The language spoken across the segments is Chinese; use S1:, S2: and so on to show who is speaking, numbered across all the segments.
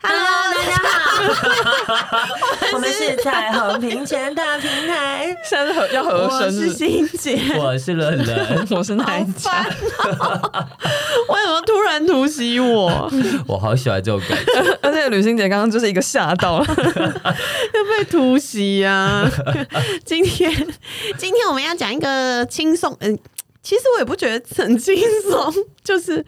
S1: Hello，大家好，
S2: 我们是彩虹平权大平台，
S3: 现在是和要和
S2: 我
S3: 声
S2: 是
S3: 日，
S2: 欣姐。
S4: 我是伦伦，
S3: 我是哪一
S1: 好
S3: 家？
S2: 为什么突然突袭我？
S4: 我好喜欢这种感觉。
S3: 而且吕欣姐刚刚就是一个吓 到了，
S2: 要被突袭啊！ 今天
S1: 今天我们要讲一个轻松，嗯，
S2: 呃其实我也不觉得很轻松，就是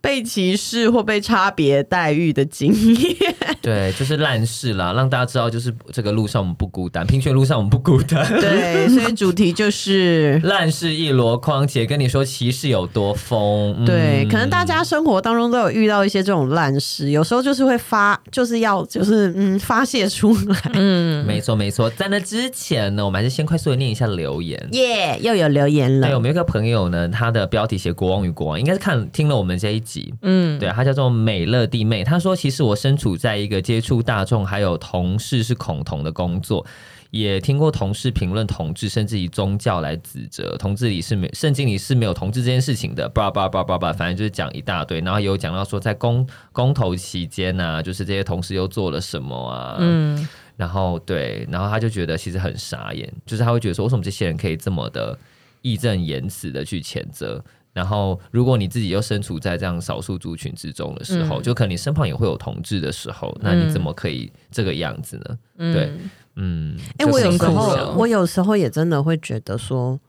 S2: 被歧视或被差别待遇的经验。
S4: 对，就是烂事啦，让大家知道，就是这个路上我们不孤单，平权路上我们不孤 单。
S2: 对，所以主题就是。
S4: 烂事一箩筐，姐跟你说歧视有多疯。嗯
S2: 对，可能大家生活当中都有遇到一些这种烂事，有时候就是会发，就是要就是嗯发泄出来。
S3: 嗯，
S4: 没错没错，在那之前呢，我们还是先快速的念一下留言。
S2: 耶又有留言
S4: 对，我
S2: 了，
S4: 们有一个朋友呢，他的标题写“国王与国王”，应该是看听了我们这一集，
S3: 嗯，
S4: 对，她叫做美乐弟妹。她说，其实我身处在一个接触大众还有同事是恐同的工作，也听过同事评论同志，甚至以宗教来指责同志里是没圣经里是没有同志这件事情的，叭叭叭叭叭，反正就是讲一大堆。然后也有讲到说，在公公投期间呢、就是这些同事又做了什么啊，
S3: 嗯，
S4: 然后对，然后他就觉得其实很傻眼，就是他会觉得说，为什么这些人可以这么的义正言辞的去谴责？然后，如果你自己又身处在这样少数族群之中的时候，
S3: 嗯
S4: 就可能你身旁也会有同志的时候，那你怎么可以这个样子呢？
S3: 嗯
S4: 对，嗯，
S2: 哎、
S4: 就
S2: 我
S4: 是
S2: 有
S4: 很
S2: 时
S4: 酷
S3: 苦
S2: 候
S3: 笑，
S2: 我有时候也真的会觉得说，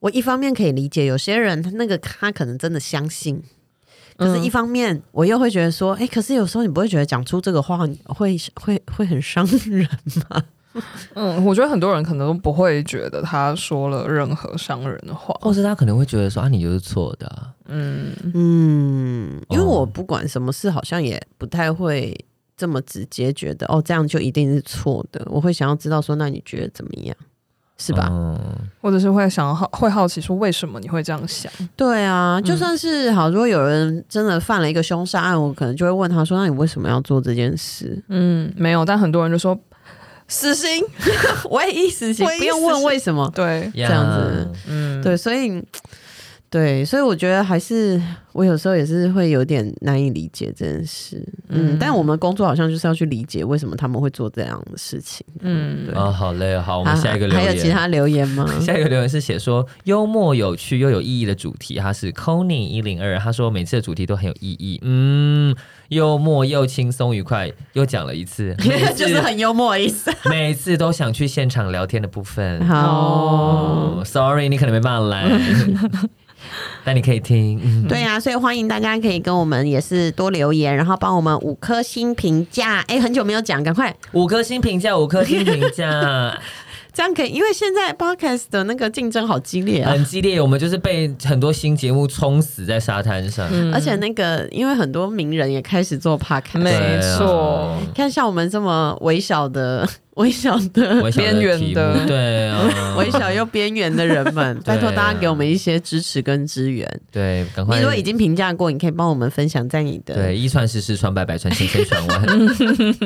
S2: 我一方面可以理解有些人他那个他可能真的相信，可是
S3: 嗯
S2: 一方面我又会觉得说，哎、可是有时候你不会觉得讲出这个话你会会会很伤人吗？
S3: 嗯，我觉得很多人可能不会觉得他说了任何伤人的话，
S4: 或是他可能会觉得说啊，你就是错的啊、
S3: 嗯，
S2: 嗯，因为
S4: 哦
S2: 我不管什么事，好像也不太会这么直接觉得哦，这样就一定是错的。我会想要知道说，那你觉得怎么样？是吧？
S4: 嗯，
S3: 或者是会想要好会好奇说为什么你会这样想，
S2: 对啊，就
S3: 嗯
S2: 算是好，如果有人真的犯了一个凶杀案，我可能就会问他说：“那你为什么要做这件事
S3: 嗯，没有，但很多人就说，？”
S2: 死刑，唯一死刑
S3: 唯一
S2: 不用
S3: 死
S2: 问
S3: 刑
S2: 为什么。
S3: 对，
S4: 这
S2: 样子
S3: 嗯，
S2: 对，所以，对，所以我觉得还是我有时候也是会有点难以理解这件事。嗯，
S3: 嗯
S2: 但我们工作好像就是要去理解为什么他们会做这样的事情。
S3: 嗯
S2: 对。
S4: 啊，好累哦，好，我们
S2: 还
S4: 下一个留言。
S2: 还有其他留言吗？
S4: 下一个留言是写说幽默、有趣又有意义的主题，他是 Conny 一零二，他说每次的主题都很有意义，嗯，幽默又轻松愉快，又讲了一次， 每次
S2: 就是很幽默的 意思。
S4: 每次都想去现场聊天的部分。
S2: 好，
S4: 哦、s o r r y 你可能没办法来， 但你可以听。嗯
S2: 对啊，所以欢迎大家可以跟我们也是多留言，然后帮我们五颗星评价。哎，很久没有讲，赶快
S4: 五颗星评价，五颗星评 价，
S2: 这样可以，因为现在 podcast 的那个竞争好激烈啊。
S4: 很激烈。我们就是被很多新节目冲死在沙滩上。
S3: 嗯
S2: 而且那个，因为很多名人也开始做 podcast，
S3: 没
S4: 对啊
S3: 错
S2: 看像我们这么微小的、 微小的、，
S4: 微小
S3: 边缘
S4: 题目
S3: 的
S4: 对啊
S2: 微小又边缘的人 们，拜托
S4: 对啊
S2: 大家给我们一些支持跟支援。
S4: 对，赶
S2: 你
S4: 快。
S2: 如果已经评价过，你可以帮我们分享在你的，嗯
S4: 对，一传十，十传百，百传千，千传万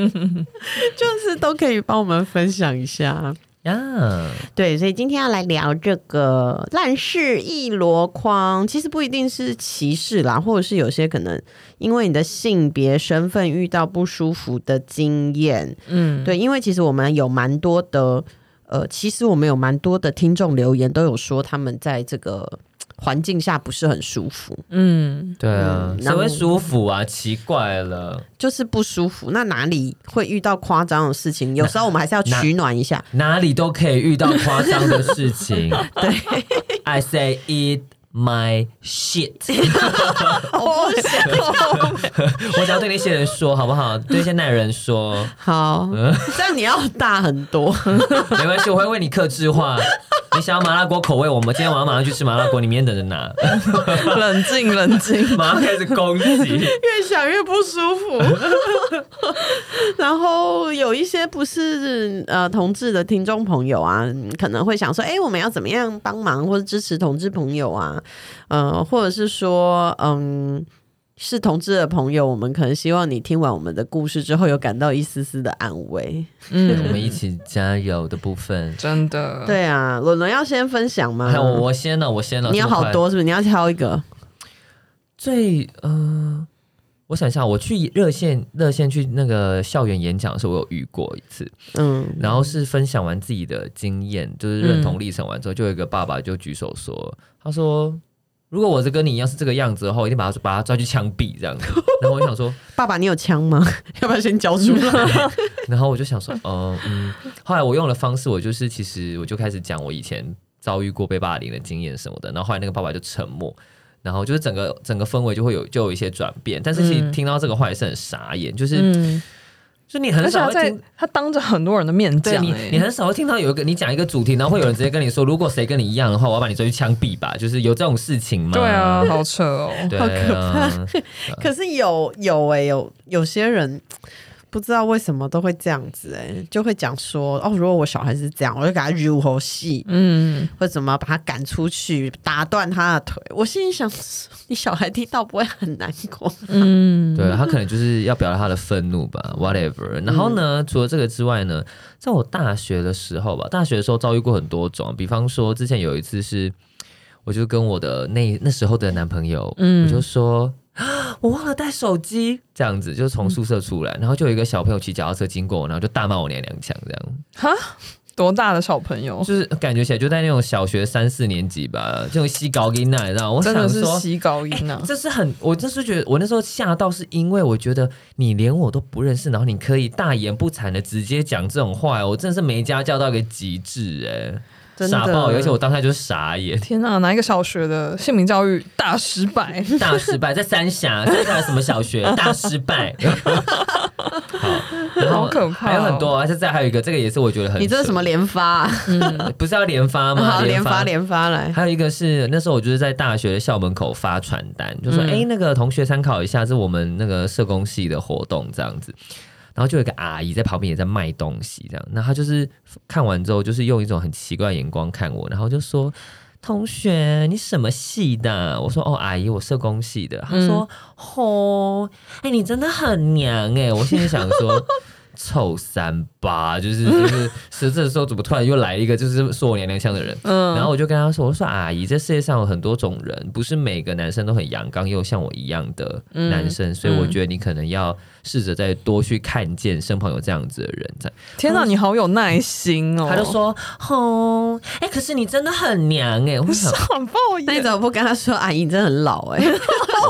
S2: 就是都可以帮我们分享一下。
S4: 呀。
S2: 对，所以今天要来聊这个烂事一箩筐，其实不一定是歧视啦，或者是有些可能因为你的性别身份遇到不舒服的经验。
S3: 嗯，
S2: 对，因为其实我们有蛮多的，呃，其实我们有蛮多的听众留言都有说他们在这个环境下不是很舒服，
S3: 嗯，
S4: 对啊
S2: 嗯，
S4: 谁
S2: 然后
S4: 会舒服啊？奇怪了，
S2: 就是不舒服。那哪里会遇到夸张的事情？有时候我们还是要取暖一 下。
S4: 哪里都可以遇到夸张的事情。
S2: 对，
S4: I say eat my shit，
S2: 我哦不想
S4: 我想要对那些人说，好不好？对一些男人说，
S2: 好，这样你要大很多。
S4: 没关系，我会为你克制化。你想要麻辣锅口味，我们今天晚上马上去吃麻辣锅，你明天等着 拿。
S3: 冷静冷静，
S4: 马上开始攻 击，
S2: 越想越不舒服。 然后有一些不是呃同志的听众朋友啊，嗯可能会想说，哎、我们要怎么样帮忙或者支持同志朋友啊？ ，呃，或者是说，嗯。是同志的朋友，我们可能希望你听完我们的故事之后，有感到一丝丝的安慰。
S4: 对
S3: 嗯，
S4: 我们一起加油的部分。
S3: 真的，
S2: 对啊，伦伦要先分享吗
S4: 还？有我先了，我先了，
S2: 嗯哎你有
S4: 这么
S2: 好
S4: 快
S2: 多是不是？你要挑一个？
S4: 最嗯、我想一下，我去热线热线去那个校园演讲的时候，我有遇过一次，
S2: 嗯，
S4: 然后是分享完自己的经验，就是认同历程完之后，就有一个爸爸就举手说，他说。如果我是跟你一样是这个样子的话，我一定把他把他抓去枪毙这样子。然后我就想说，
S2: 爸爸，你有枪吗？ 要不要先交出来？
S4: 然后我就想说，呃嗯。后来我用的方式，我就是其实我就开始讲我以前遭遇过被霸凌的经验什么的。然后后来那个爸爸就沉默，然后就是整个整个氛围就会有就有一些转变。但是其实
S3: 嗯
S4: 听到这个话也是很傻眼，就是、
S3: 嗯，
S4: 就你很
S3: 而且
S4: 少
S3: 他
S4: 会
S3: 在
S4: 听。
S3: 他当着很多人的面
S4: 对
S3: 讲、
S4: 你
S3: 欸，，
S4: 你很少会听到有一个你讲一个主题，然后会有人直接跟你说，如果谁跟你一样的话，我要把你抓去枪毙吧，就是有这种事情吗？
S3: 对啊，好扯哦。
S4: 嗯对
S2: 好
S4: 啊，
S2: 可可是有有哎、有有些人不知道为什么都会这样子哎、就会讲说哦，如果我小孩是这样，我就给他入猴戏，
S3: 嗯，
S2: 或怎么把他赶出去，打断他的腿。我心里想，你小孩听到不会很难 过？
S3: 嗯
S4: 对他可能就是要表达他的愤怒吧，whatever。然后呢，除了这个之外呢，在我大学的时候吧，大学的时候遭遇过很多种，比方说之前有一次是，我就跟我的那那时候的男朋友，我就说。 啊我忘了带手机，这样子就从宿舍出来，然后就有一个小朋友骑脚踏车经过我，然后就大骂我娘娘腔，这样
S3: 多大的小朋友，
S4: 就是感觉起来就在那种小学三四年级吧，这种西高音那，你知道吗？我
S3: 真
S4: 想
S3: 的是
S4: 说，
S3: 西高音
S2: 哎
S3: 啊！，
S4: 哎这是很，我就是觉得我那时候吓到，是因为我觉得你连我都不认识，然后你可以大言不惭的直接讲这种话，我真的是没家教到一个极致哎、
S2: 真的
S4: 傻爆！而且我当下就傻 眼
S3: 天哪、哪一个小学的姓名教育大失败？
S4: 大失败，在三峡，三峡什么小学大失败， 好，然后
S3: 好可怕哦
S4: 还有很多，而且再还有一个，这个也是我觉得很，
S2: 你这是什么？连啊发、啊？
S4: 不是要连发吗？
S2: 好，连
S4: 发
S2: 发连发 来。
S4: 还有一个是那时候我就是在大学校门口发传单，就说哎、诶那个同学参考一下，是我们那个社工系的活动这样子。然后就有一个阿姨在旁边也在卖东西，这样。那她就是看完之后，就是用一种很奇怪的眼光看我，然后就说：“同学，你什么系的？”我说：“哦，阿姨，我社工系的。”她说：“吼、哎、你真的很娘哎、我心里想 说。臭三八，就是就是，是 这时候怎么突然又来一个就是说我娘娘腔的人？
S3: 嗯，
S4: 然后我就跟他说：“我说阿姨，这世界上有很多种人，不是每个男生都很阳刚，也有像我一样的男生，
S3: 嗯
S4: 所以我觉得你可能要试着再多去看见身旁有这样子的人。”这样，
S3: 天哪、你好有耐心哦！
S4: 他就说：“哦，哎、可是你真的很娘哎、 我想。
S3: 很抱
S2: 那你
S3: 怨
S2: 怎么不跟他说？阿姨，你真的很老哎、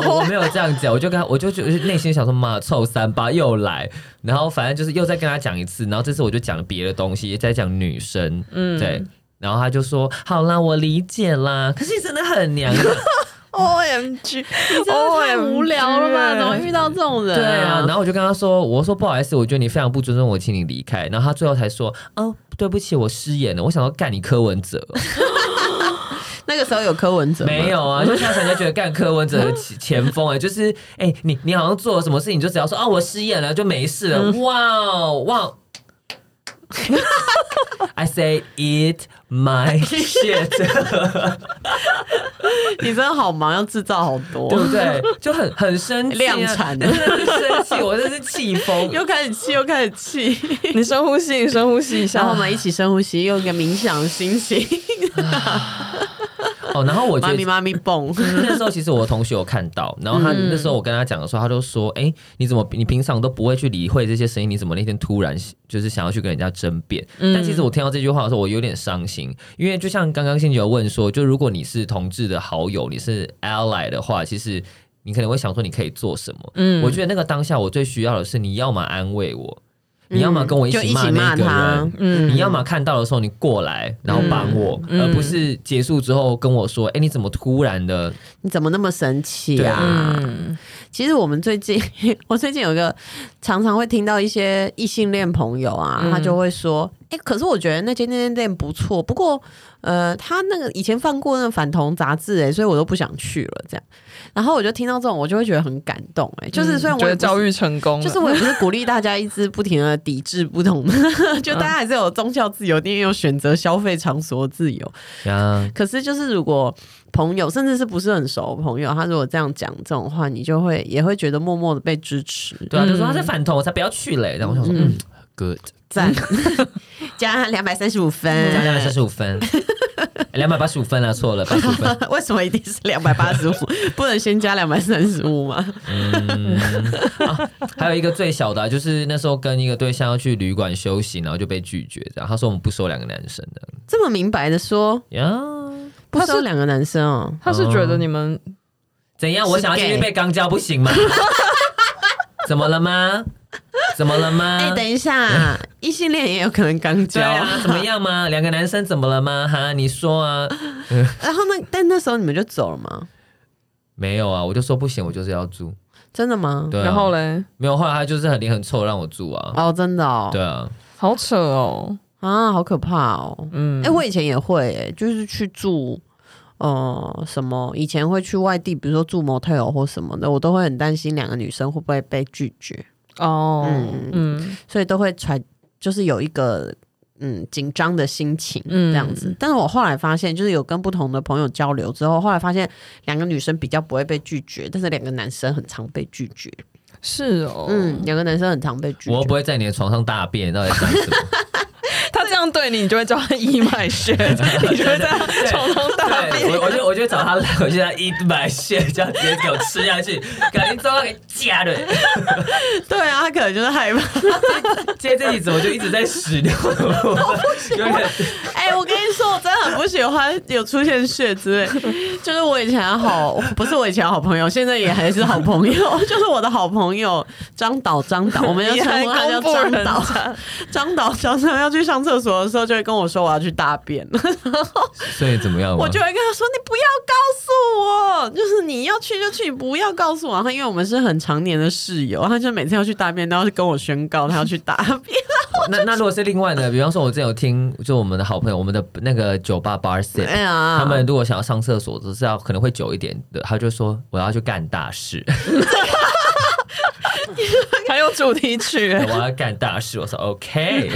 S4: 我我没有这样讲，我就跟他，我就就内心想说，妈，臭三八又来，然后反正就是又再跟他讲一次，然后这次我就讲了别的东西，在讲女生，嗯，对，然后他就说，好啦，我理解啦，可是你真的很娘，啊
S2: O M G，你真的太无聊了吧？
S3: OMG
S2: 怎么会遇到这种人、
S4: 啊对啊，然后我就跟他说，我说不好意思，我觉得你非常不尊重我，请你离开。然后他最后才说，哦，对不起，我失言了，我想要干你柯文哲，哦
S2: 那个时候有柯文哲吗
S4: 没？有 啊，就现在人家觉得干柯文哲的前前锋哎、 就是哎、你你好像做了什么事情，你就只要说哦我失言了就没事了，
S2: 嗯
S4: 哇哦哇哦。I say it my shit，
S2: 你真的好忙，要制造好
S4: 对
S2: 多
S4: 不，对？就很很生气、啊，
S2: 量产
S4: 真的是生气，我真是气 疯。
S2: 又开始气，又开始气。
S3: 你深呼吸，你深呼吸一
S2: 然后我
S3: 下。
S2: 们一起深呼吸，用一个冥想的心 情，
S4: 哦，然后我觉
S2: 妈
S4: 得
S2: 咪妈咪 蹦。
S4: 那时候其实我同学有看到，然后他那时候我跟他讲的时候，他就说：“哎、你怎么你平常都不会去理会这些声音，你怎么那天突然就是想要去跟人家争辩？”但其实我听到这句话的时候，我有点伤心，因为就像刚刚欣姐有问说，就如果你是同志的好友，你是 ally 的话，其实你可能会想说你可以做什么。
S3: 嗯
S4: 我觉得那个当下我最需要的是你要么安慰我，你要么跟我一
S2: 嗯就
S4: 起
S2: 一
S4: 骂
S2: 起
S4: 那个
S2: 骂
S4: 人
S2: 他，，嗯
S4: 你要么看到的时候你过来，然后帮我，而不是结束之后跟我说，哎、你怎么突然的？
S2: 你怎么那么神奇啊？
S3: 嗯，
S2: 其实我们最近， 嗯我最近有一个常常会听到一些异性恋朋友啊，他就会说：“哎、可是我觉得那间那间店不错，不过呃，他那个以前放过那个反同杂志哎、所以我都不想去了这样。然后我就听到这种，我就会觉得很感动哎、就是虽然我
S3: 觉
S2: 也
S3: 得
S2: 不是
S3: 教育成功了，
S2: 就是我也不是鼓励大家一直不停的抵制不同的， 就
S4: 嗯
S2: 大家还是有宗教自由，你也有选择消费场所自由。
S4: 呀，
S2: 可是就是如果朋友，甚至是不是很熟的朋友，他如果这样讲这种话，你就会也会觉得默默的被支持，
S4: 对啊，
S3: 嗯
S4: 就说他在反同，我才不要去嘞。然后我想说，嗯，good，
S2: 赞，加两百三十五分，
S4: 加两百三十五分， 两百八十五分啊，错了，八十五 分。
S2: 为什么一定是两百八十五？不能先加两百三十五吗？
S4: 嗯，啊还有一个最小的啊、就是那时候跟一个对象要去旅馆休息，然后就被拒绝，这样他说我们不收两个男生的
S2: 这么明白的说，
S4: 呀。
S2: 不
S3: 他是
S2: 收两个男生哦。
S3: 他是觉得你们
S4: 怎样？我想要继续
S2: gay
S4: 被刚交，不行吗？ 怎么了吗？怎么了吗？
S2: 哎、等一 下，异性恋也有可能刚交
S4: 对。啊，怎么样 吗？两个男生怎么了吗？哈，你说啊，
S2: 然后那但那时候你们就走了吗？
S4: 没有啊，我就说不行，我就是要住。
S2: 真的吗？
S4: 对、啊，
S3: 然后嘞，
S4: 没有，后来他就是很脸很臭，让我住啊。
S2: 哦，真的哦。
S4: 对啊，
S3: 好扯哦，
S2: 啊，好可怕哦。
S3: 嗯
S2: 哎、，我以前也会、哎，就是去住。呃，什么？以前会去外地，比如说住 motel 或什么的，我都会很担心两个女生会不会被拒绝，
S3: 哦，
S2: 嗯
S3: 嗯
S2: 所以都会揣，就是有一个嗯紧张的心情
S3: 嗯
S2: 这样子。但是我后来发现，就是有跟不同的朋友交流之后，后来发现两个女生比较不会被拒绝，但是两个男生很常被拒绝。
S3: 是哦，
S2: 嗯，两个男生很常被拒绝。
S4: 我又不会在你的床上大便，到底想什么？
S3: 他这样对你，你就会叫他一脉 血， 你就会在他床上大
S4: 对，
S3: 便。
S4: 我我就我就找他，我就在一买线，这样直接给我吃下去，赶紧抓给夹的。
S2: 对啊，他可能就是害怕。
S4: 接这一集我就一直在屎尿的部 分，有点
S2: 哎、我跟你说，我真的很不喜欢有出现血之类。 就是我以前好，不是我以前好朋友，现在也还是好朋友。 就是我的好朋友张导，张导，我们就
S3: 你
S2: 称
S3: 还
S2: 呼他叫
S3: 公布
S2: 张
S3: 人
S2: 导。 张导常常要去上厕所的时候，就会跟我说我要去大 便，
S4: 所以怎么样吗
S2: 我就会跟他说：“你不要告诉我，就是你要去就去，你不要告诉我。”然后因为我们是很常年的室友，他就每次要去大便都要跟我宣告他要去大便。
S4: 那那如果是另外的，比方说，我之前有听，就我们的好朋友，我们的那个酒吧 bar s
S2: 哎
S4: i
S2: 呀，
S4: 他 们如果想要上厕所，只是要可能会久一点的，他就说我要去干大事，
S3: 还有主题曲
S4: 我要干大事。我说 OK，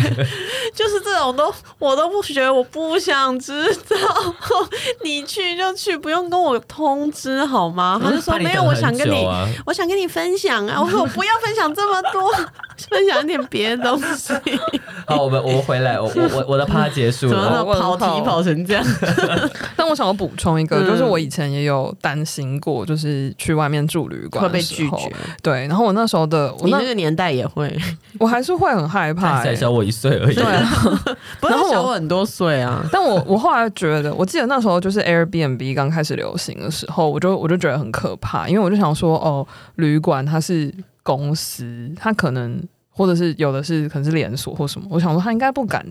S2: 就是这种都我都不学，我不想知道。 你去就去，不用跟我通知好吗？他就
S4: 嗯
S2: 说
S4: 怕你
S2: 没有，
S4: 等
S2: 我
S4: 很
S2: 想 跟你
S4: 久，啊
S2: 我想跟你分享啊。我说我不要分享这么多， 分享一点别的东西。
S3: 啊
S4: 好，我们我们回来，我我我我的趴结束
S2: 怎么
S4: 了
S2: 那
S3: 好。
S2: 么
S3: 问
S2: 跑题
S3: 号
S2: 跑成 这样？
S3: 但我想要补充一个，
S2: 嗯
S3: 就是我以前也有担心过，就是去外面住旅馆
S2: 会被
S3: 的时
S2: 拒
S3: 候
S2: 绝。
S3: 对，然后我那时候的，我
S2: 你
S3: 那
S2: 那个年代也会，
S3: 我还是会很害怕、
S4: 他才
S3: 欸。
S4: 小我一岁而已
S3: 对，啊，
S2: 不是
S3: 然后我
S2: 小我很多岁啊。
S3: 但我我后来觉得，我记得那时候就是 Airbnb 刚开始流行的时候，我就我就觉得很可怕，因为我就想说，哦，旅馆它是公司，它可能或者是有的是可能是连锁或什么，我想说它应该不敢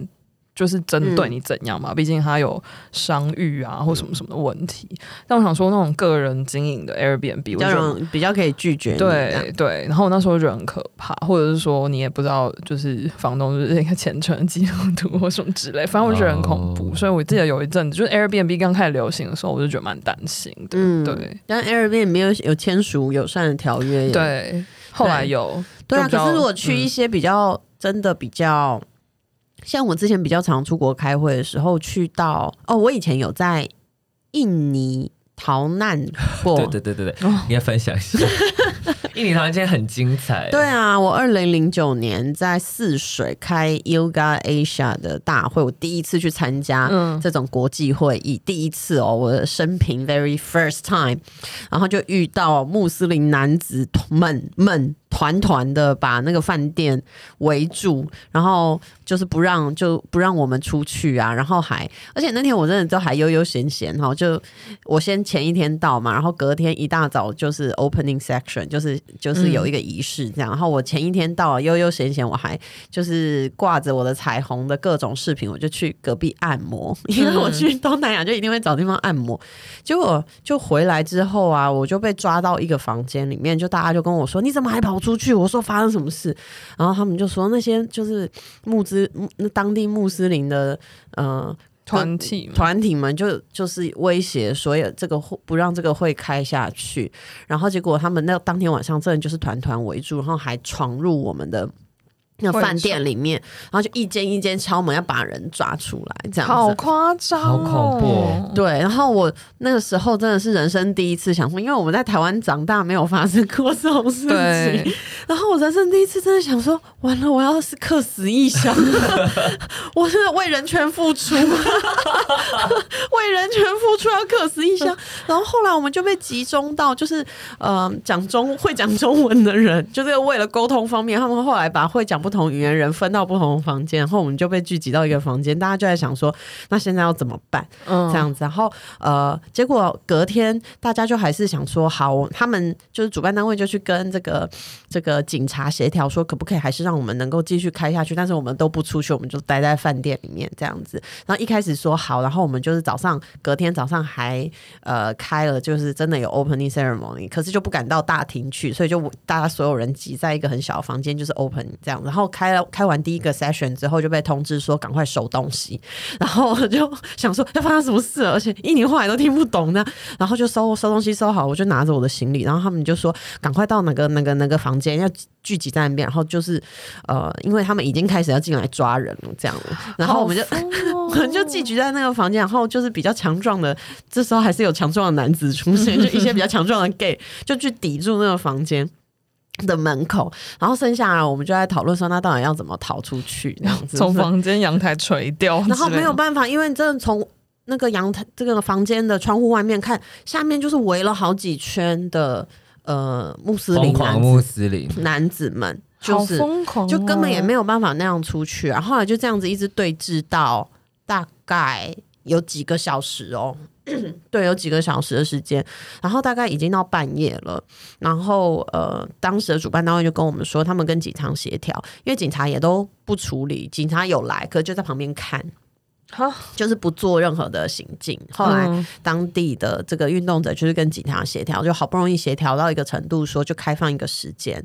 S3: 就是针
S2: 嗯
S3: 对你怎样嘛，毕竟它有商誉啊或什么什么的问题。但我想说那种个人经营的 Airbnb，
S2: 比
S3: 我就
S2: 较
S3: 觉得
S2: 容比较可以拒绝你这样
S3: 对对，然后我那时候觉得很可怕，或者是说你也不知道，就是房东就是一个虔诚的基督徒或什么之类，反正我觉得很恐怖。
S4: 哦
S3: 所以我记得有一阵子，就是 Airbnb 刚开始流行的时候，我就觉得蛮担心的。
S2: 嗯
S3: 对
S2: 但 Airbnb 没有有签署友善的条约耶，
S3: 嗯对，后来
S2: 对
S3: 有
S2: 对啊，
S3: 就比较
S2: 可是如果去
S3: 嗯
S2: 一些比较、真的比较，像我之前比较常出国开会的时候，去到哦，我以前有在印尼逃难过。
S4: 对对对对对
S3: 哦，
S4: 应该分享一 下。印尼堂今天很精彩，
S2: 对啊，我二零零九年在泗水开 Yoga Asia 的大会，我第一次去参加
S3: 嗯
S2: 这种国际会议，第一次哦，我的生平 very first time，然后就遇到穆斯林男子们们团团的把那个饭店围住，然后就是不让就不让我们出去啊，然后还而且那天我真的都还悠悠闲闲哈，就我先前一天到嘛，然后隔天一大早就是 opening section，就是就是有一个仪式这样，然后我前一天到了悠悠闲闲，我还就是挂着我的彩虹的各种饰品，我就去隔壁按摩，因为我去东南亚就一定会找地方按摩，结果就回来之后啊，我就被抓到一个房间里面，就大家就跟我说：“你怎么还跑出去，我说发生什么事，然后他们就说那些就是穆斯那当地穆斯林的呃
S3: 团体嘛，
S2: 团体们就就是威胁所有这个会不让这个会开下去，然后结果他们那当天晚上真的就是团团围住，然后还闯入我们的。那
S3: 会
S2: 饭
S3: 所
S2: 店里面，然后就一间一间敲门，要把人抓出来，这样子。
S3: 好夸张、哦，
S4: 好恐怖
S3: 嗯
S4: 哦
S2: 对，然后我那个时候真的是人生第一次想说，因为我们在台湾长大，没有发生过这种事情。
S3: 对，
S2: 然后我人生第一次真的想说，完了，我要是客死异乡，我真的为人权付出，为人权付出要客死异乡。然后后来我们就被集中到，就是呃，讲中会讲中文的人，就是为了沟通方面，他们后来把会讲不同语言的人分到不同的房间，然后我们就被聚集到一个房间，大家就在想说，那现在要怎么办？
S3: 嗯
S2: 这样子。然后呃，结果隔天大家就还是想说，好，我他们就是主办单位就去跟这个这个警察协调，说可不可以还是让我们能够继续开下去，但是我们都不出去，我们就待在饭店里面这样子。然后一开始说好，然后我们就是早上隔天早上还呃开了，就是真的有 opening ceremony，可是就不敢到大厅去，所以就大家所有人挤在一个很小的房间，就是 open 这样。然后开了开完第一个 session 之后，就被通知说赶快收东西，然后我就想说要发生什么事了，而且一年后来都听不懂呢。然后就收收东西收好，我就拿着我的行李，然后他们就说赶快到哪个哪个哪个房间要聚集在那边，然后就是呃，因为他们已经开始要进来抓人了这样了，然后我们就。
S3: 好疯哦
S2: 我们就寄居在那个房间，然后就是比较强壮的，这时候还是有强壮的男子出现，就一些比较强壮的 gay 就去抵住那个房间。的门口，然后剩下来我们就在讨论说，那到底要怎么逃出去？这样子，
S3: 从房间阳台垂掉，
S4: 哦
S2: 然后没有，办法，因为真的从那个阳台这个房间的窗户外面看，下面就是围了好几圈的呃穆斯
S4: 疯
S2: 林
S4: 狂
S2: 男
S4: 穆
S2: 子
S4: 斯林，
S2: 男子们，就
S3: 好
S2: 是
S3: 疯狂、啊哦
S2: 就根本也没
S3: 有。
S2: 有办法那样出去、啊。后来就这样子一直对峙到大概有几个小时哦， 对，有几个小时的时间，然后大概已经到半夜了。然后呃，当时的主办单位就跟我们说，他们跟警察协调，因为警察也都不处理，警察有来，可就在旁边看。
S3: 哈
S2: 就是不做任何的行径。后来
S3: 嗯
S2: 当地的这个运动者就是跟警察协调，就好不容易协调到一个程度，说就开放一个时间，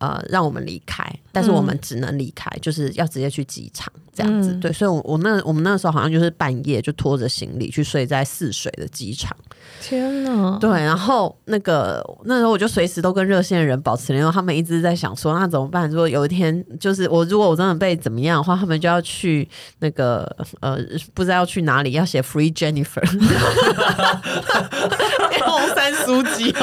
S2: 呃，让我们离开，但是我们只能离开，就是要直接去机场这样子。
S3: 嗯
S2: 对，所以我我那我们那时候好像就是半夜就拖着行李去睡在泗水的机场。
S3: 天哪！
S2: 对，然后那个那时候我就随时都跟热线的人保持联络，他们一直在想说那怎么办？如果有一天就是我如果我真的被怎么样的话，他们就要去那个呃不知道要去哪里，要写 Free Jennifer，红哎山书记。
S3: 天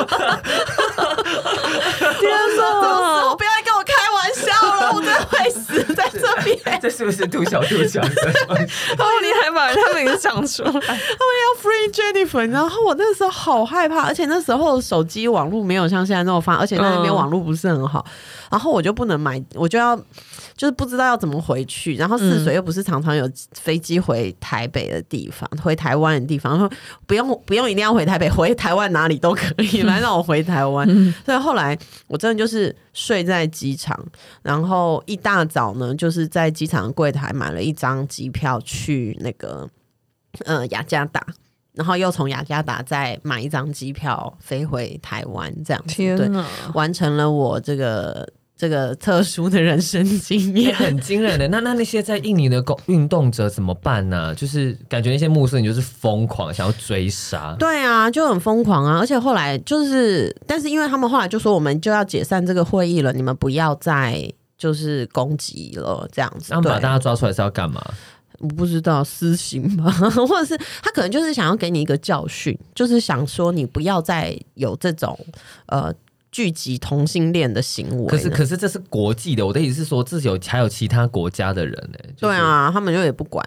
S2: 我
S3: 哪！
S2: 不要再跟我开玩笑了，我真的会死在这边。
S4: 这是不是杜小杜讲的？
S3: 然后哦你还把他名字讲出 来，
S2: Free Jennifer，然后我那时候好害怕，而且那时候手机网络没有像现在那么发达，而且在那边
S3: 嗯
S2: 网络不是很好，然后我就不能买，我就要就是不知道要怎么回去，然后泗水又不是常常有飞机回台北的地方，回台湾的地方，然后不用不用一定要回台北，回台湾哪里都可以，来让我回台湾，所以后来我真的就是睡在机场，然后一大早呢，就是在机场的柜台买了一张机票去那个呃雅加达，然后又从雅加达再买一张机票飞回台湾，这样子
S3: 天
S2: 对，
S3: 哪！
S2: 完成了我这个这个特殊的人生经
S4: 也
S2: 验。
S4: 很惊人的。那那那些在印尼的工运动者怎么办呢、就是感觉那些穆斯林就是疯狂想要追杀。
S2: 对啊，就很疯狂啊！而且后来就是，但是因为他们后来就说我们就要解散这个会议了，你们不要再就是攻击了，这样子。
S4: 他们把
S2: 对
S4: 大家抓出来是要干嘛？
S2: 我不知道私刑吧， 或者是他可能就是想要给你一个教训，就是想说你不要再有这种呃聚集同性恋的行为
S4: 可
S2: 了。
S4: 是可是这是国际的，我的意思是说，这有还有其他国家的人欸呢、就是
S2: 对，啊，他们就也不管，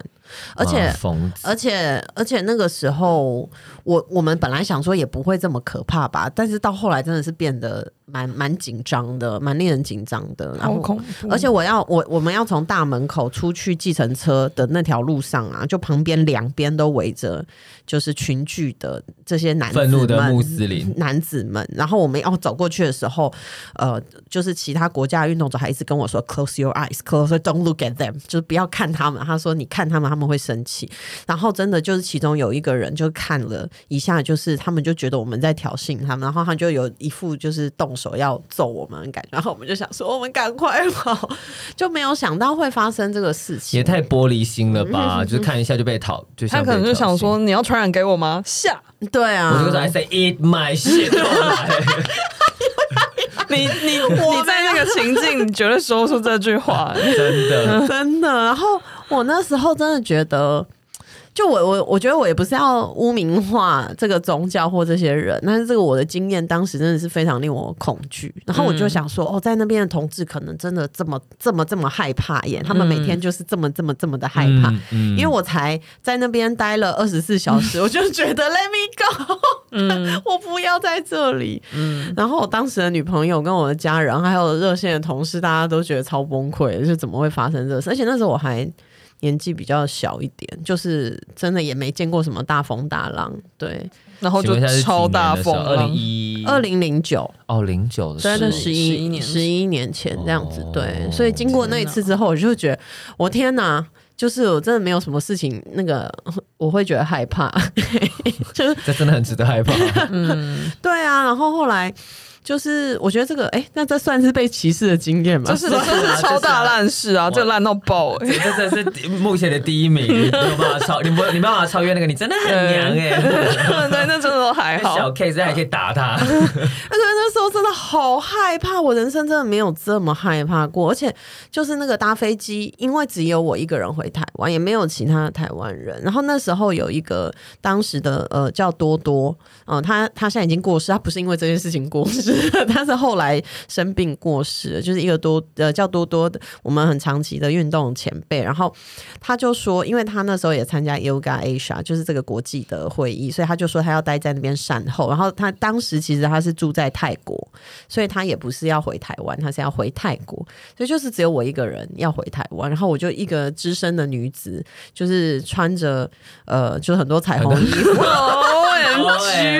S2: 而且。
S4: 哇啊疯子
S2: 而且而且那个时候，我我们本来想说也不会这么可怕吧，但是到后来真的是变得蛮蛮紧张的，蛮令人紧张的。然
S3: 好
S2: 后
S3: 恐怖！哦
S4: 嗯
S2: 而且我要我我们要从大门口出去计程车的那条路上啊，就旁边两边都围着就是群聚的这些男子
S4: 愤怒的
S2: 们
S4: 穆斯林，
S2: 男子们，然后我们要走过去的时候，呃，就是其他国家的运动者还一直跟我说 “close your eyes, close, don't look at them”，就是不要看他们。他说你看他们，他们会生气。然后真的就是其中有一个人就看了一下，就是他们就觉得我们在挑衅他们，然后他就有一副就是动手要揍我们的感觉，然后我们就想说我们赶快跑，就没有想到会发生这个事情。
S4: 也太玻璃心了吧！就是看一下就被讨，就像
S3: 他可能
S4: 被
S3: 就
S4: 挑
S3: 想
S4: 衅
S3: 说，你要传染给我吗？下，
S2: 对啊，
S4: 我就跟 他 say eat my shit，
S3: 你你
S2: 我
S3: 你在那个情境，你绝对说出这句 话。
S4: 真的，
S2: 真的。然后我那时候真的觉得，就我我我觉得我也不是要污名化这个宗教或这些人，但是这个我的经验当时真的是非常令我恐惧。然后我就想说，哦，在那边的同志可能真的这么这么这么害怕耶，他们每天就是这么这么这么的害怕。
S4: 嗯，嗯
S2: 因为我才在那边待了二十四小时，我就觉得 Let me go，
S3: 嗯
S2: 我不要在这里。
S3: 嗯，
S2: 然后我当时的女朋友跟我的家人，还有热线的同事，大家都觉得超崩溃，就是怎么会发生这事？而且那时候我还年纪比较小一点，就是真的也没见过什么大风大浪。对，
S3: 然后
S4: 请
S3: 就
S4: 问一下是
S3: 超大风啊
S4: 二零
S3: 浪，
S4: 一
S2: 二零零九，
S4: 哦零九的时候，
S2: 真的
S3: 是
S2: 十一
S3: 11年
S2: 十一年前这样子。
S4: 哦
S2: 对，所以经过那一次之后，我就觉得我天哪！就是我真的没有什么事情，那个我会觉得害怕，就是
S4: 这真的很值得害怕。
S3: 嗯，
S2: 对啊。然后后来就是我觉得这个，哎、那这算是被歧视的经验吗？
S3: 这是这是超大烂事啊，
S4: 这是
S3: 这烂到爆哎、
S4: 这这真的是目前的第一名，你没有办法超，你没有你没有办法超越那个，你真的很娘哎、
S3: 对，那真的都还
S4: 欸，小
S3: 好。
S4: K 现在还可以打他，
S2: 那个那时候真的好害怕，我人生真的没有这么害怕过。而且就是那个搭飞机，因为只有我一个人回台湾，也没有其他的台湾人。然后那时候有一个当时的呃叫多多，嗯、他他现在已经过世，他不是因为这件事情过世， 他是后来生病过世，就是一个多呃叫多多的，我们很长期的运动前辈。然后他就说，因为他那时候也参加 Yoga Asia，就是这个国际的会议，所以他就说他要待在那边善后。然后他当时其实他是住在泰国，所以他也不是要回台湾，他是要回泰国，所以就是只有我一个人要回台湾。然后我就一个资深的女子，就是穿着呃，就是很多彩虹衣服。
S3: O M G
S2: 我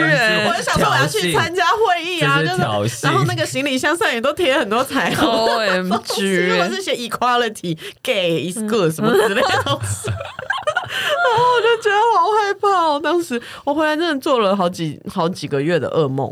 S3: 哎
S2: 就想说我要去参加会议啊，
S4: 这
S2: 就是
S4: 挑衅
S2: 是然后那个行李箱上也都贴很多 彩虹。
S3: 欸，O M
S2: 如果
S3: G，欸
S2: 是写 equality gay is good 什么之类的东 西，然嗯啊后我就觉得好害怕哦。当时我回来真的做了好几好几个月的噩梦，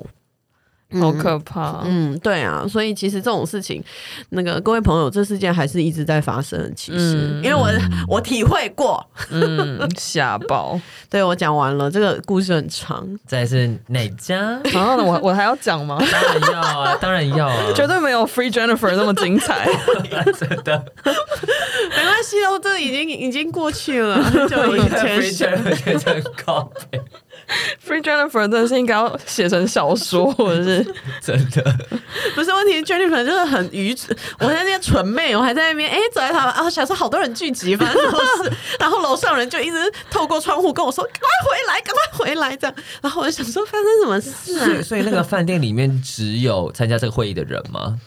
S3: 好可怕。
S2: 嗯，对啊，所以其实这种事情，那个各位朋友，这事件还是一直在发生的。其实，
S3: 嗯
S2: 因为我我体会过，
S3: 嗯，吓爆。
S2: 对我讲完了，这个故事很长，
S4: 再来是哪家？
S3: 然后呢，我我还要讲吗？
S4: 当然要啊，当然要啊，
S3: 绝对没有 Free Jennifer 那么精 彩。
S4: 真的。
S2: 没关系哦，这已经已经过去了，很久 以前
S4: Free
S2: 是
S4: Jennifer 真的高配，
S3: Free Jennifer 真的是应该要写成小说，或者是
S4: 真的。
S2: 不是问题，Jennifer 就是很愚蠢。我在那边纯妹，我还在那边哎、走在他们啊，想说好多人聚集，反正都是。 然后楼上人就一直透过窗户跟我说：“赶快回来，赶快回来！”这样，然后我就想说发生什么事啊？
S4: 所以，所以那个饭店里面只有参加这个会议的人吗？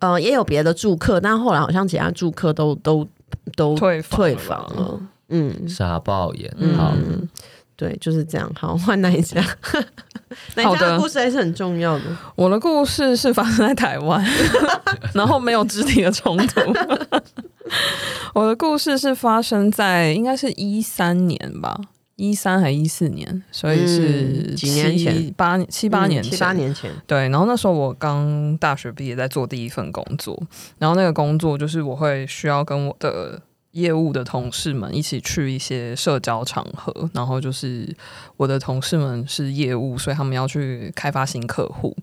S2: 呃，也有别的住客，但后来好像其他住客都都都
S3: 退房了
S2: 退房了。嗯，
S4: 傻爆眼，
S2: 嗯
S4: 好，
S2: 对，就是这样。好，换哪 一家？哪一
S3: 好
S2: 家
S3: 的
S2: 的故事还是很重要的。
S3: 我的故事是发生在台湾， 然后没有肢体的冲突。我的故事是发生在应该是一三年吧，一三还一四年，所以是
S2: 嗯几年前
S3: 七八年七八年
S2: 嗯
S3: 前、
S2: 七八年前，
S3: 对，然后那时候我刚大学毕业，在做第一份工作，然后那个工作就是我会需要跟我的业务的同事们一起去一些社交场合，然后就是我的同事们是业务，所以他们要去开发新客户，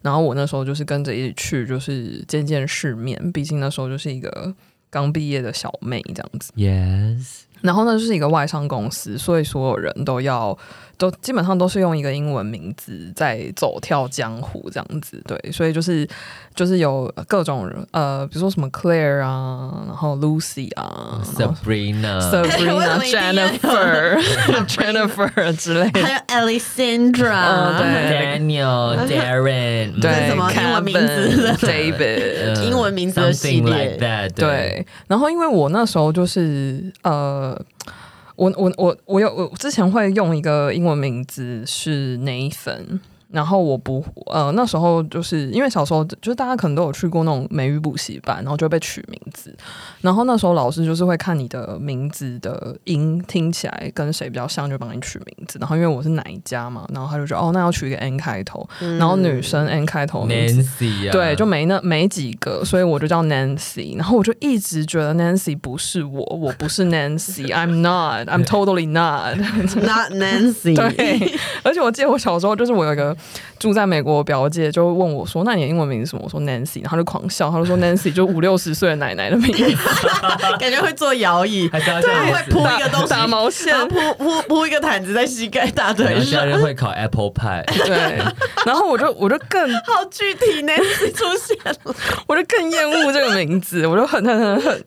S3: 然后我那时候就是跟着一起去，就是见见世面，毕竟那时候就是一个刚毕业的小妹这样子。
S4: ，Yes，
S3: 然后呢，就是一个外商公司，所以所有人都要都基本上都是用一个英文名字在走跳江湖这样子，对，所以就是就是有各种人呃，比如说什么 Claire 啊，然后 Lucy
S2: 哦
S3: 啊然后
S4: Sabrina，
S2: 为什
S3: ，Sabrina、
S2: 么一定要
S3: Jennifer、Jennifer 之类的，
S2: 还有 Alexandra，、
S3: 嗯对
S4: Daniel、Darren，
S3: 对
S2: 这是什么英文名字
S3: Kevin，David。
S4: 嗯
S2: 英文名字的系
S4: something
S2: 列
S4: like that，对，
S3: 对，然后因为我那时候就是呃，我我我我有我之前会用一个英文名字是 Nathan，然后我不呃那时候就是因为小时候就是大家可能都有去过那种美语补习班，然后就会被取名字，然后那时候老师就是会看你的名字的音听起来跟谁比较像，就帮你取名字。然后因为我是哪一家嘛，然后他就说哦那要取一个 N 开头，然后女生 N 开头的名字
S4: Nancy 啊，
S3: 对，就没那没几个，所以我就叫 Nancy。然后我就一直觉得 Nancy 不是我，我不是 Nancy，I'm not，I'm totally not。
S2: Not Nancy，
S3: 对，而且我记得我小时候，就是我有一个住在美国的表姐，就问我说：“那你的英文名字是什么？”我说 Nancy，然后她就狂笑，她 就说 Nancy 就五六十岁的奶奶的名字，
S2: 感觉会坐摇 椅，
S4: 还是要这
S2: 对，
S4: 样
S2: 会
S4: 子
S2: 铺一个东西
S3: 打，毛线
S2: 然。后铺铺铺一个毯子在膝盖大
S4: 然
S2: 腿
S4: 后家
S2: 上，
S4: 人会考 Apple Pie，
S3: 对，然后我就我就更
S2: 好具体 Nancy 出现了，
S3: 我就更厌恶这个名字，我就很很很很。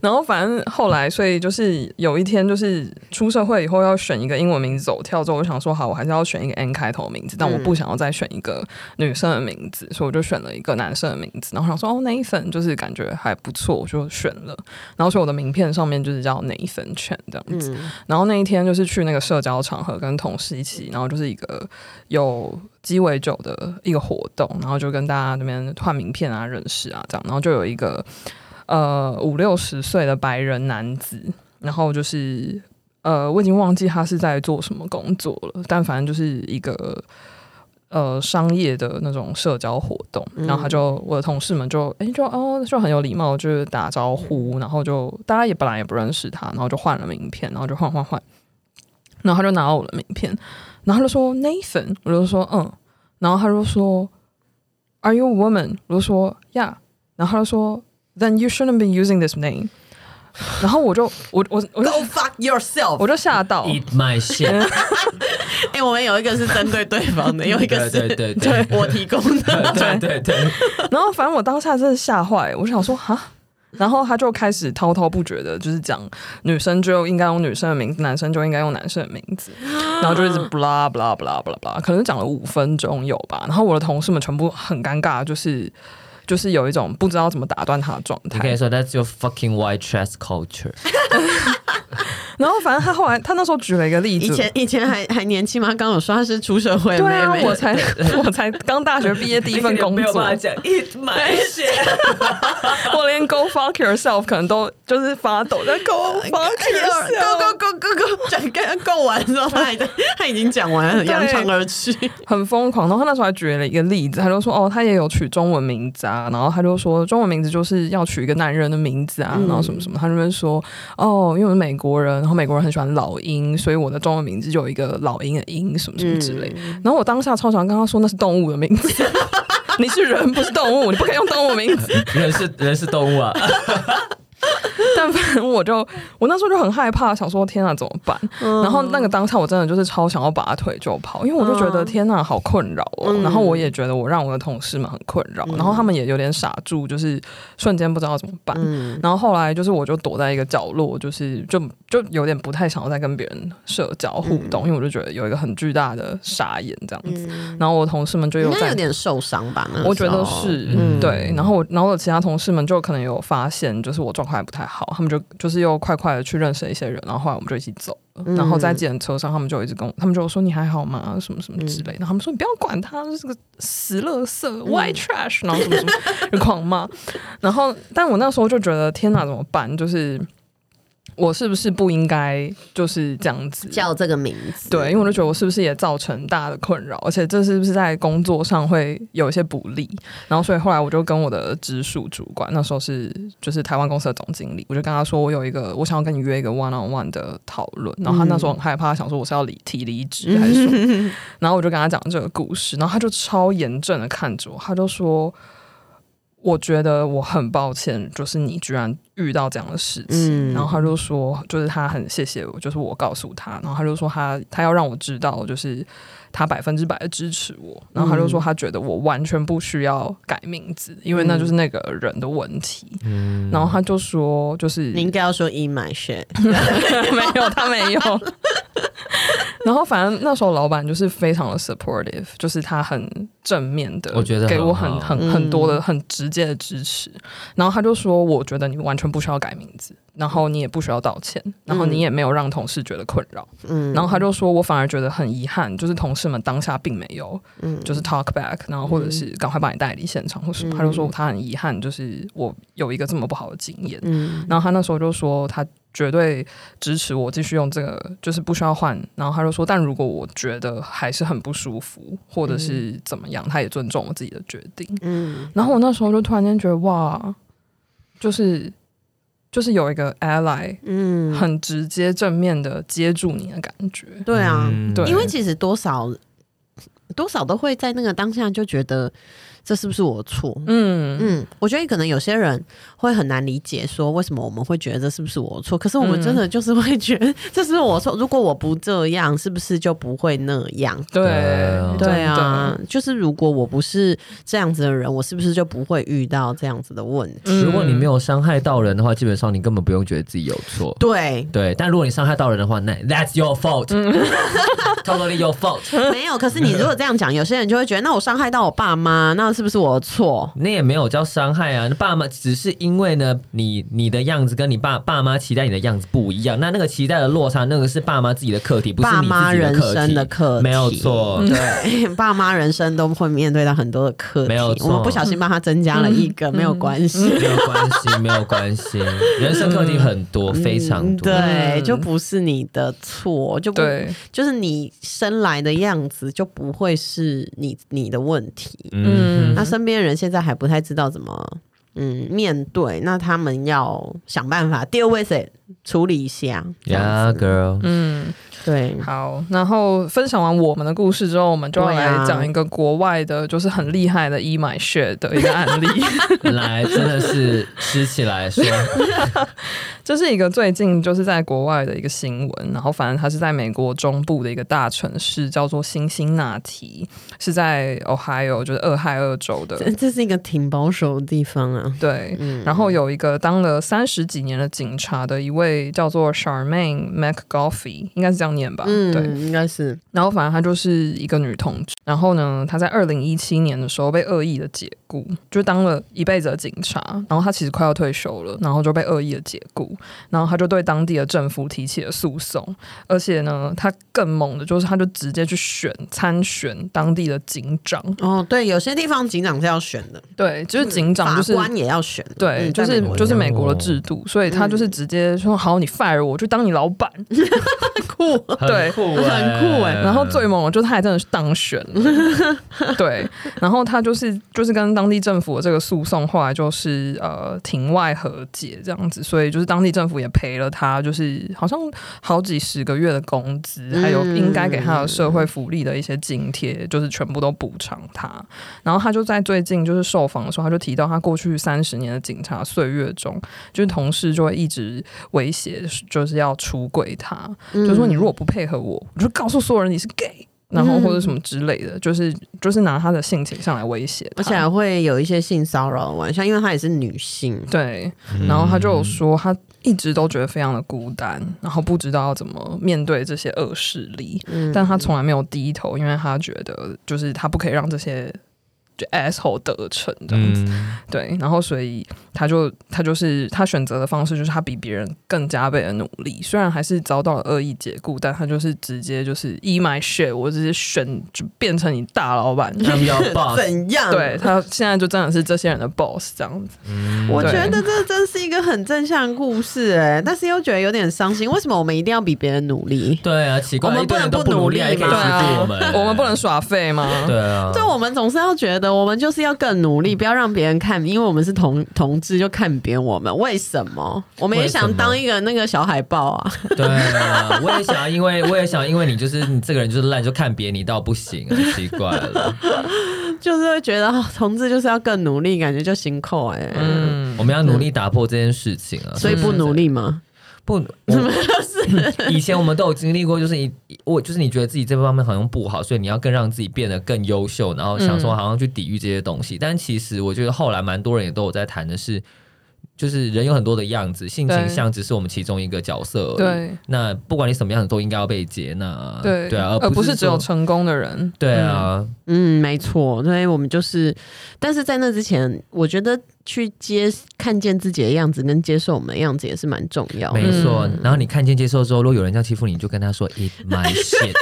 S3: 然后反正后来，所以就是有一天，就是出社会以后要选一个英文名字走跳之后，我想说好，我还是要选一个 N 开头的名字，但我不想要再选一个女生的名字，所以我就选了一个男生的名字。然后想说哦，Nathan 就是感觉还不错，我就选了。然后所以我的名片上面就是叫 Nathan Chen 这样子。然后那一天就是去那个社交场合跟同事一起，然后就是一个有鸡尾酒的一个活动，然后就跟大家那边换名片啊、认识啊这样，然后就有一个呃五六十岁的白人男子，然后就是呃我已经忘记他是在做什么工作了，但反正就是一个。呃，商业的那种社交活动，然后他就我的同事们就哎、就哦就很有礼貌，就是打招呼，然后就大家也本来也不认识他，然后就换了名片，然后就换换换，然后他就拿到我的名片，然后他就说 Nathan，我就说嗯，然后他就说 Are you a woman？我就说 Yeah，然后他就说 Then you shouldn't be using this name。然后我就我我我就
S2: Go fuck yourself！
S3: 我就吓
S2: 嗯
S3: 到，
S4: ，Eat my shit，
S2: 哎、我们有一个是针对对方 的，有一个是
S4: 对对对
S2: 我提供的。
S4: 对对对，
S3: 然后反正我当下真的吓坏，我想说哈。然后他就开始滔滔不绝的，就是讲女生就应该用女生的名字，男生就应该用男生的名字，然后 就一直 blah blah blah blah blah，可能讲了五分钟有吧。然后我的同事们全部很尴尬，就是就是有一种不知道怎么打断他的状
S4: 你可以
S3: 态。
S4: 说 That's your fucking white trash culture，
S3: 然后反正他后来他那时候举了一个例子，
S2: 以前以前还还年轻吗？刚刚有说他是出社会的
S3: 对
S2: 妹
S3: 啊，
S2: 妹，
S3: 我才我才刚大学毕业第一份工
S4: 没有
S3: 作，
S4: 办法讲 Eat my
S2: 哎
S4: shit，
S3: 我连 go fuck yourself 可能都就是发抖，在 go fuck
S2: 哎呦
S3: yourself。
S2: go go go go go，讲刚够完之后，他还在，他已经讲完了，
S3: 对
S2: 扬长 而去。
S3: 很疯狂。然后他那时候还举了一个例子，他就说哦，他也有取中文名字啊，然后他就说中文名字就是要取一个男人的名字啊，然后什么什么，他那边说哦，因为我是美国人，然后美国人很喜欢老鹰，所以我的中文名字就有一个老鹰的鹰什么什么之类。然后我当下超想跟他说那是动物的名字。 你是人不是动物，你不可以用动物名字。
S4: 人是人是动物啊，
S3: 但反正我就我那时候就很害怕，想说天啊怎么办？然后那个当下我真的就是超想要拔腿就跑，因为我就觉得天啊好困扰哦。然后我也觉得我让我的同事们很困扰，然后他们也有点傻住，就是瞬间不知道怎么办。然后后来就是我就躲在一个角落，就是就就有点不太想要再跟别人社交互动，因为我就觉得有一个很巨大的傻眼这样子。然后我同事们就有
S2: 应该
S3: 在
S2: 有点受伤吧？那个
S3: 我觉得
S2: 时候
S3: 是、
S4: 嗯
S3: 对。然后我，然后我其他同事们就可能有发现，就是我状况还不太好，他们就就是又快快的去认识了一些人，然后后来我们就一起走了。然后在
S2: 嗯
S3: 计程车上，他们就一直跟我，他们就说你还好吗？什么什么之类的。然后他们说你不要管他，就是个死垃圾、white trash，然后什么什么就狂骂。然后，但我那时候就觉得天哪，怎么办？就是我是不是不应该就是这样子
S2: 叫这个名字，
S3: 对，因为我就觉得我是不是也造成大家的困扰，而且这是不是在工作上会有一些不利？然后所以后来我就跟我的直属主管，那时候是就是台湾公司的总经理，我就跟他说我有一个我想要跟你约一个 one on one 的讨论，然后他那时候很害怕，想说我是要离提离职还是什么，然后我就跟他讲这个故事，然后他就超严正的看着我，他就说。我觉得我很抱歉，就是你居然遇到这样的事情。
S2: 嗯
S3: 然后他就说，就是他很谢谢我，就是我告诉他，然后他就说他他要让我知道，就是他百分之百的支持我。然后他就说他觉得我完全不需要改名字，因为那就是那个人的问题。然后他就说，就是
S2: 你应该要说 in my shit。
S3: 没有，他没有。 然后反正那时候老板就是非常的 supportive，就是他很正面的，
S4: 我觉得很
S3: 给我
S4: 好
S3: 很很
S2: 嗯
S3: 很多的很直接的支持。然后他就说，我觉得你完全不需要改名字，然后你也不需要道歉，然后你也没有让同事觉得困扰。
S2: 嗯，
S3: 然后他就说，我反而觉得很遗憾，就是同事们当下并没有
S2: 嗯
S3: 就是 talk back，然后或者是赶快把你带离现场或什么。
S2: 嗯
S3: 他就说他很遗憾，就是我有一个这么不好的经验。
S2: 嗯
S3: 然后他那时候就说他绝对支持我继续用这个，就是不需要换。然后他就说，但如果我觉得还是很不舒服，或者是怎么样，他也尊重我自己的决定。
S2: 嗯
S3: 然后我那时候就突然间觉得，哇，就是就是有一个 ally
S2: 嗯，
S3: 很直接正面的接住你的感觉。
S2: 对啊，
S4: 嗯
S3: 对
S2: 因为其实多少多少都会在那个当下就觉得这是不是我错。
S3: 嗯
S2: 嗯，我觉得可能有些人会很难理解，说为什么我们会觉得这是不是我错？可是我们
S3: 嗯
S2: 真的就是会觉得这是不是我错。如果我不这样，是不是就不会那样？
S3: 对
S4: 对
S2: 对啊，，就是如果我不是这样子的人，我是不是就不会遇到这样子的问题？
S3: 嗯
S4: 如果你没有伤害到人的话，基本上你根本不用觉得自己有错。
S2: 对，
S4: 对，但如果你伤害到人的话，那 That's your fault，totally your fault。
S2: 没有。可是你如果这样讲，有些人就会觉得，那我伤害到我爸妈，那是不是我的错？
S4: 那也没有叫伤害啊，那爸妈只是因为呢，你你的样子跟你爸爸妈期待你的样子不一样，那那个期待的落差，那个是爸妈自己的课题，不是
S2: 爸
S4: 你
S2: 妈
S4: 自己的
S2: 人
S4: 课题。
S2: 生的呃课题，
S4: 没有错，
S2: 对，爸妈人生都会面对到很多的课题，
S4: 没有
S2: 我
S4: 错
S2: 们不小心帮他增加了一个，没有关系。
S4: 没有关系，没有关 系，人生课题很多，非常
S2: 嗯
S4: 多。
S2: 对，
S3: 嗯
S2: 就不是你的错，就不
S3: 对，
S2: 就是你生来的样子就不会是你你的问题。
S4: 嗯
S3: 嗯
S4: 哼，
S2: 那身边人现在还不太知道怎么嗯面对，那他们要想办法 deal with it，处理一下。这样
S4: Yeah,
S2: 子
S4: girl。
S3: 嗯。
S2: 对，
S3: 好，然后分享完我们的故事之后，我们就要
S2: 对啊
S3: 来讲一个国外的，就是很厉害的 e my share 的一个 案例，
S4: 来，真的是吃起来 说，
S3: 这是一个最近就是在国外的一个新闻，然后反正它是在美国中部的一个大城市，叫做辛辛那提，是在 Ohio，就是俄亥俄州的。
S2: 这这是一个挺保守的地方啊。
S3: 对，
S2: 呃嗯，
S3: 然后有一个当了三十几年的警察的一位叫做 Charmaine McGoffey，应该是这样念吧？
S2: 嗯，
S3: 对，
S2: 应该是
S3: 然后反正她就是一个女同志，然后呢，她在二零一七年的时候被恶意的解雇，就当了一辈子的警察，然后她其实快要退休了，然后就被恶意的解雇，然后她就对当地的政府提起了诉讼，而且呢，她更猛的就是她就直接去选参选当地的警长，
S2: 哦，对，有些地方警长是要选的，
S3: 对，就是警长就是
S2: 法。官也要选的，
S3: 对，
S2: 嗯
S3: 就
S2: 在
S3: 是
S2: 美国哦
S3: 就是
S4: 也
S3: 美
S4: 有
S3: 国的制度，所以
S2: 嗯
S3: 她就是直接说好，你 fire 我，我就当你老板，
S2: 酷，
S4: 很酷欸，
S2: 很酷欸
S3: 然后最猛的就是他还真的是当选了，对，然后他就是就是跟当地政府的这个诉讼，后来就是呃庭外和解这样子，所以就是当地政府也赔了他，就是好像好几十个月的工资，还有应该给他的社会福利的一些津贴，就是全部都补偿他。然后他就在最近就是受访的时候，他就提到他过去三十年的警察岁月中，就是同事就会一直威胁，就是要出轨他，
S2: 嗯
S3: 就说你如果不配合我，我就告诉所有人你是 gay，然后或者什么之类的，就是就是拿他的性倾向来威胁他，
S2: 而且还会有一些性骚扰的玩笑，因为她也是女性。
S3: 对，然后他就有说他一直都觉得非常的孤单，然后不知道要怎么面对这些恶势力，
S2: 嗯
S3: 但他从来没有低头，因为他觉得就是他不可以让这些。就 asshole 得逞这样子，
S4: 嗯
S3: 对，然后所以他就他就是他选择的方式就是他比别人更加倍的努力，虽然还是遭到了恶意解雇，但他就是直接就是 e my shit，我直接选就变成你大老板。
S4: I'm your boss，
S2: 怎样？
S3: 对，他现在就真的是这些人的 boss 这样子，
S2: 我觉
S3: 对
S2: 得这真是一个很正向的故事哎、但是又觉得有点伤心。为什么我们一定要比别人努力？
S4: 对啊，奇怪，
S2: 我们
S4: 一堆人
S2: 不能
S4: 都
S2: 不努
S4: 努
S2: 力
S4: 还可以
S2: 吗
S4: 欺
S3: 对啊
S4: 负我们，，
S3: 我们不能耍废吗？
S4: 对啊，
S2: 对，我们总是要觉得我们就是要更努力，不要让别人看，因为我们是同同志，就看扁我们。为什么？我们也
S4: 为
S2: 想
S4: 什么
S2: 当一个那个小海豹啊！
S4: 对啊，我也想要，因为 我也想，因为你就是你这个人就是烂，就看别你到不行啊，奇怪 了。
S2: 就是会觉得、哦、同志就是要更努力，感觉就辛苦哎、
S3: 嗯
S4: 我，们要努力打破这件事情啊，
S2: 所以不努 力嗯嘛，
S4: 不，我 以前我们都有经历过，就是你我就是你觉得自己这方面好像不好，所以你要更让自己变得更优秀，然后想说好像去抵御这些东西。但其实我觉得后来蛮多人也都有在谈的是，就是人有很多的样子，性倾
S3: 对
S4: 向只是我们其中一个角色而已。
S3: 对
S4: 那不管你什么样子，都应该要被接纳啊。
S3: 对
S4: 对啊，
S3: 而不是
S4: 说
S3: 只有成功的人，
S4: 对啊，
S2: 嗯，没错，所以我们就是，但是在那之前，我觉得去接看见自己的样子跟接受我们的样子也是蛮重要的。
S4: 没错
S3: 嗯。
S4: 然后你看见接受之后，如果有人这样欺负你，你就跟他说 “it my shit”。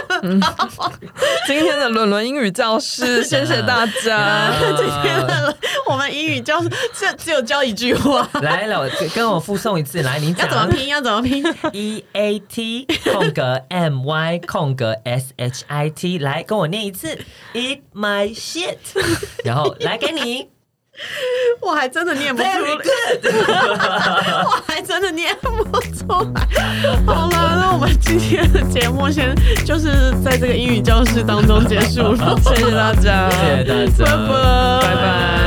S3: 今天的伦伦英语教室，谢谢大 家。
S4: 啊
S2: 我们英语教这只有教一句话，
S4: 来了，跟我附送一次，来你
S2: 要
S4: 讲
S2: 怎么拼？要怎么拼？
S4: E A T 空格 M Y 空格 S H I T，来跟我念一次 “eat my shit”，然后来给你
S2: 我还真的念不出
S4: very
S2: 来，
S4: good。
S2: 我还真的念不出来。好了，那我们今天的节目先就是在这个英语教室当中结束了，谢谢大家，
S4: 谢谢大家拜
S2: 拜拜，
S4: 拜。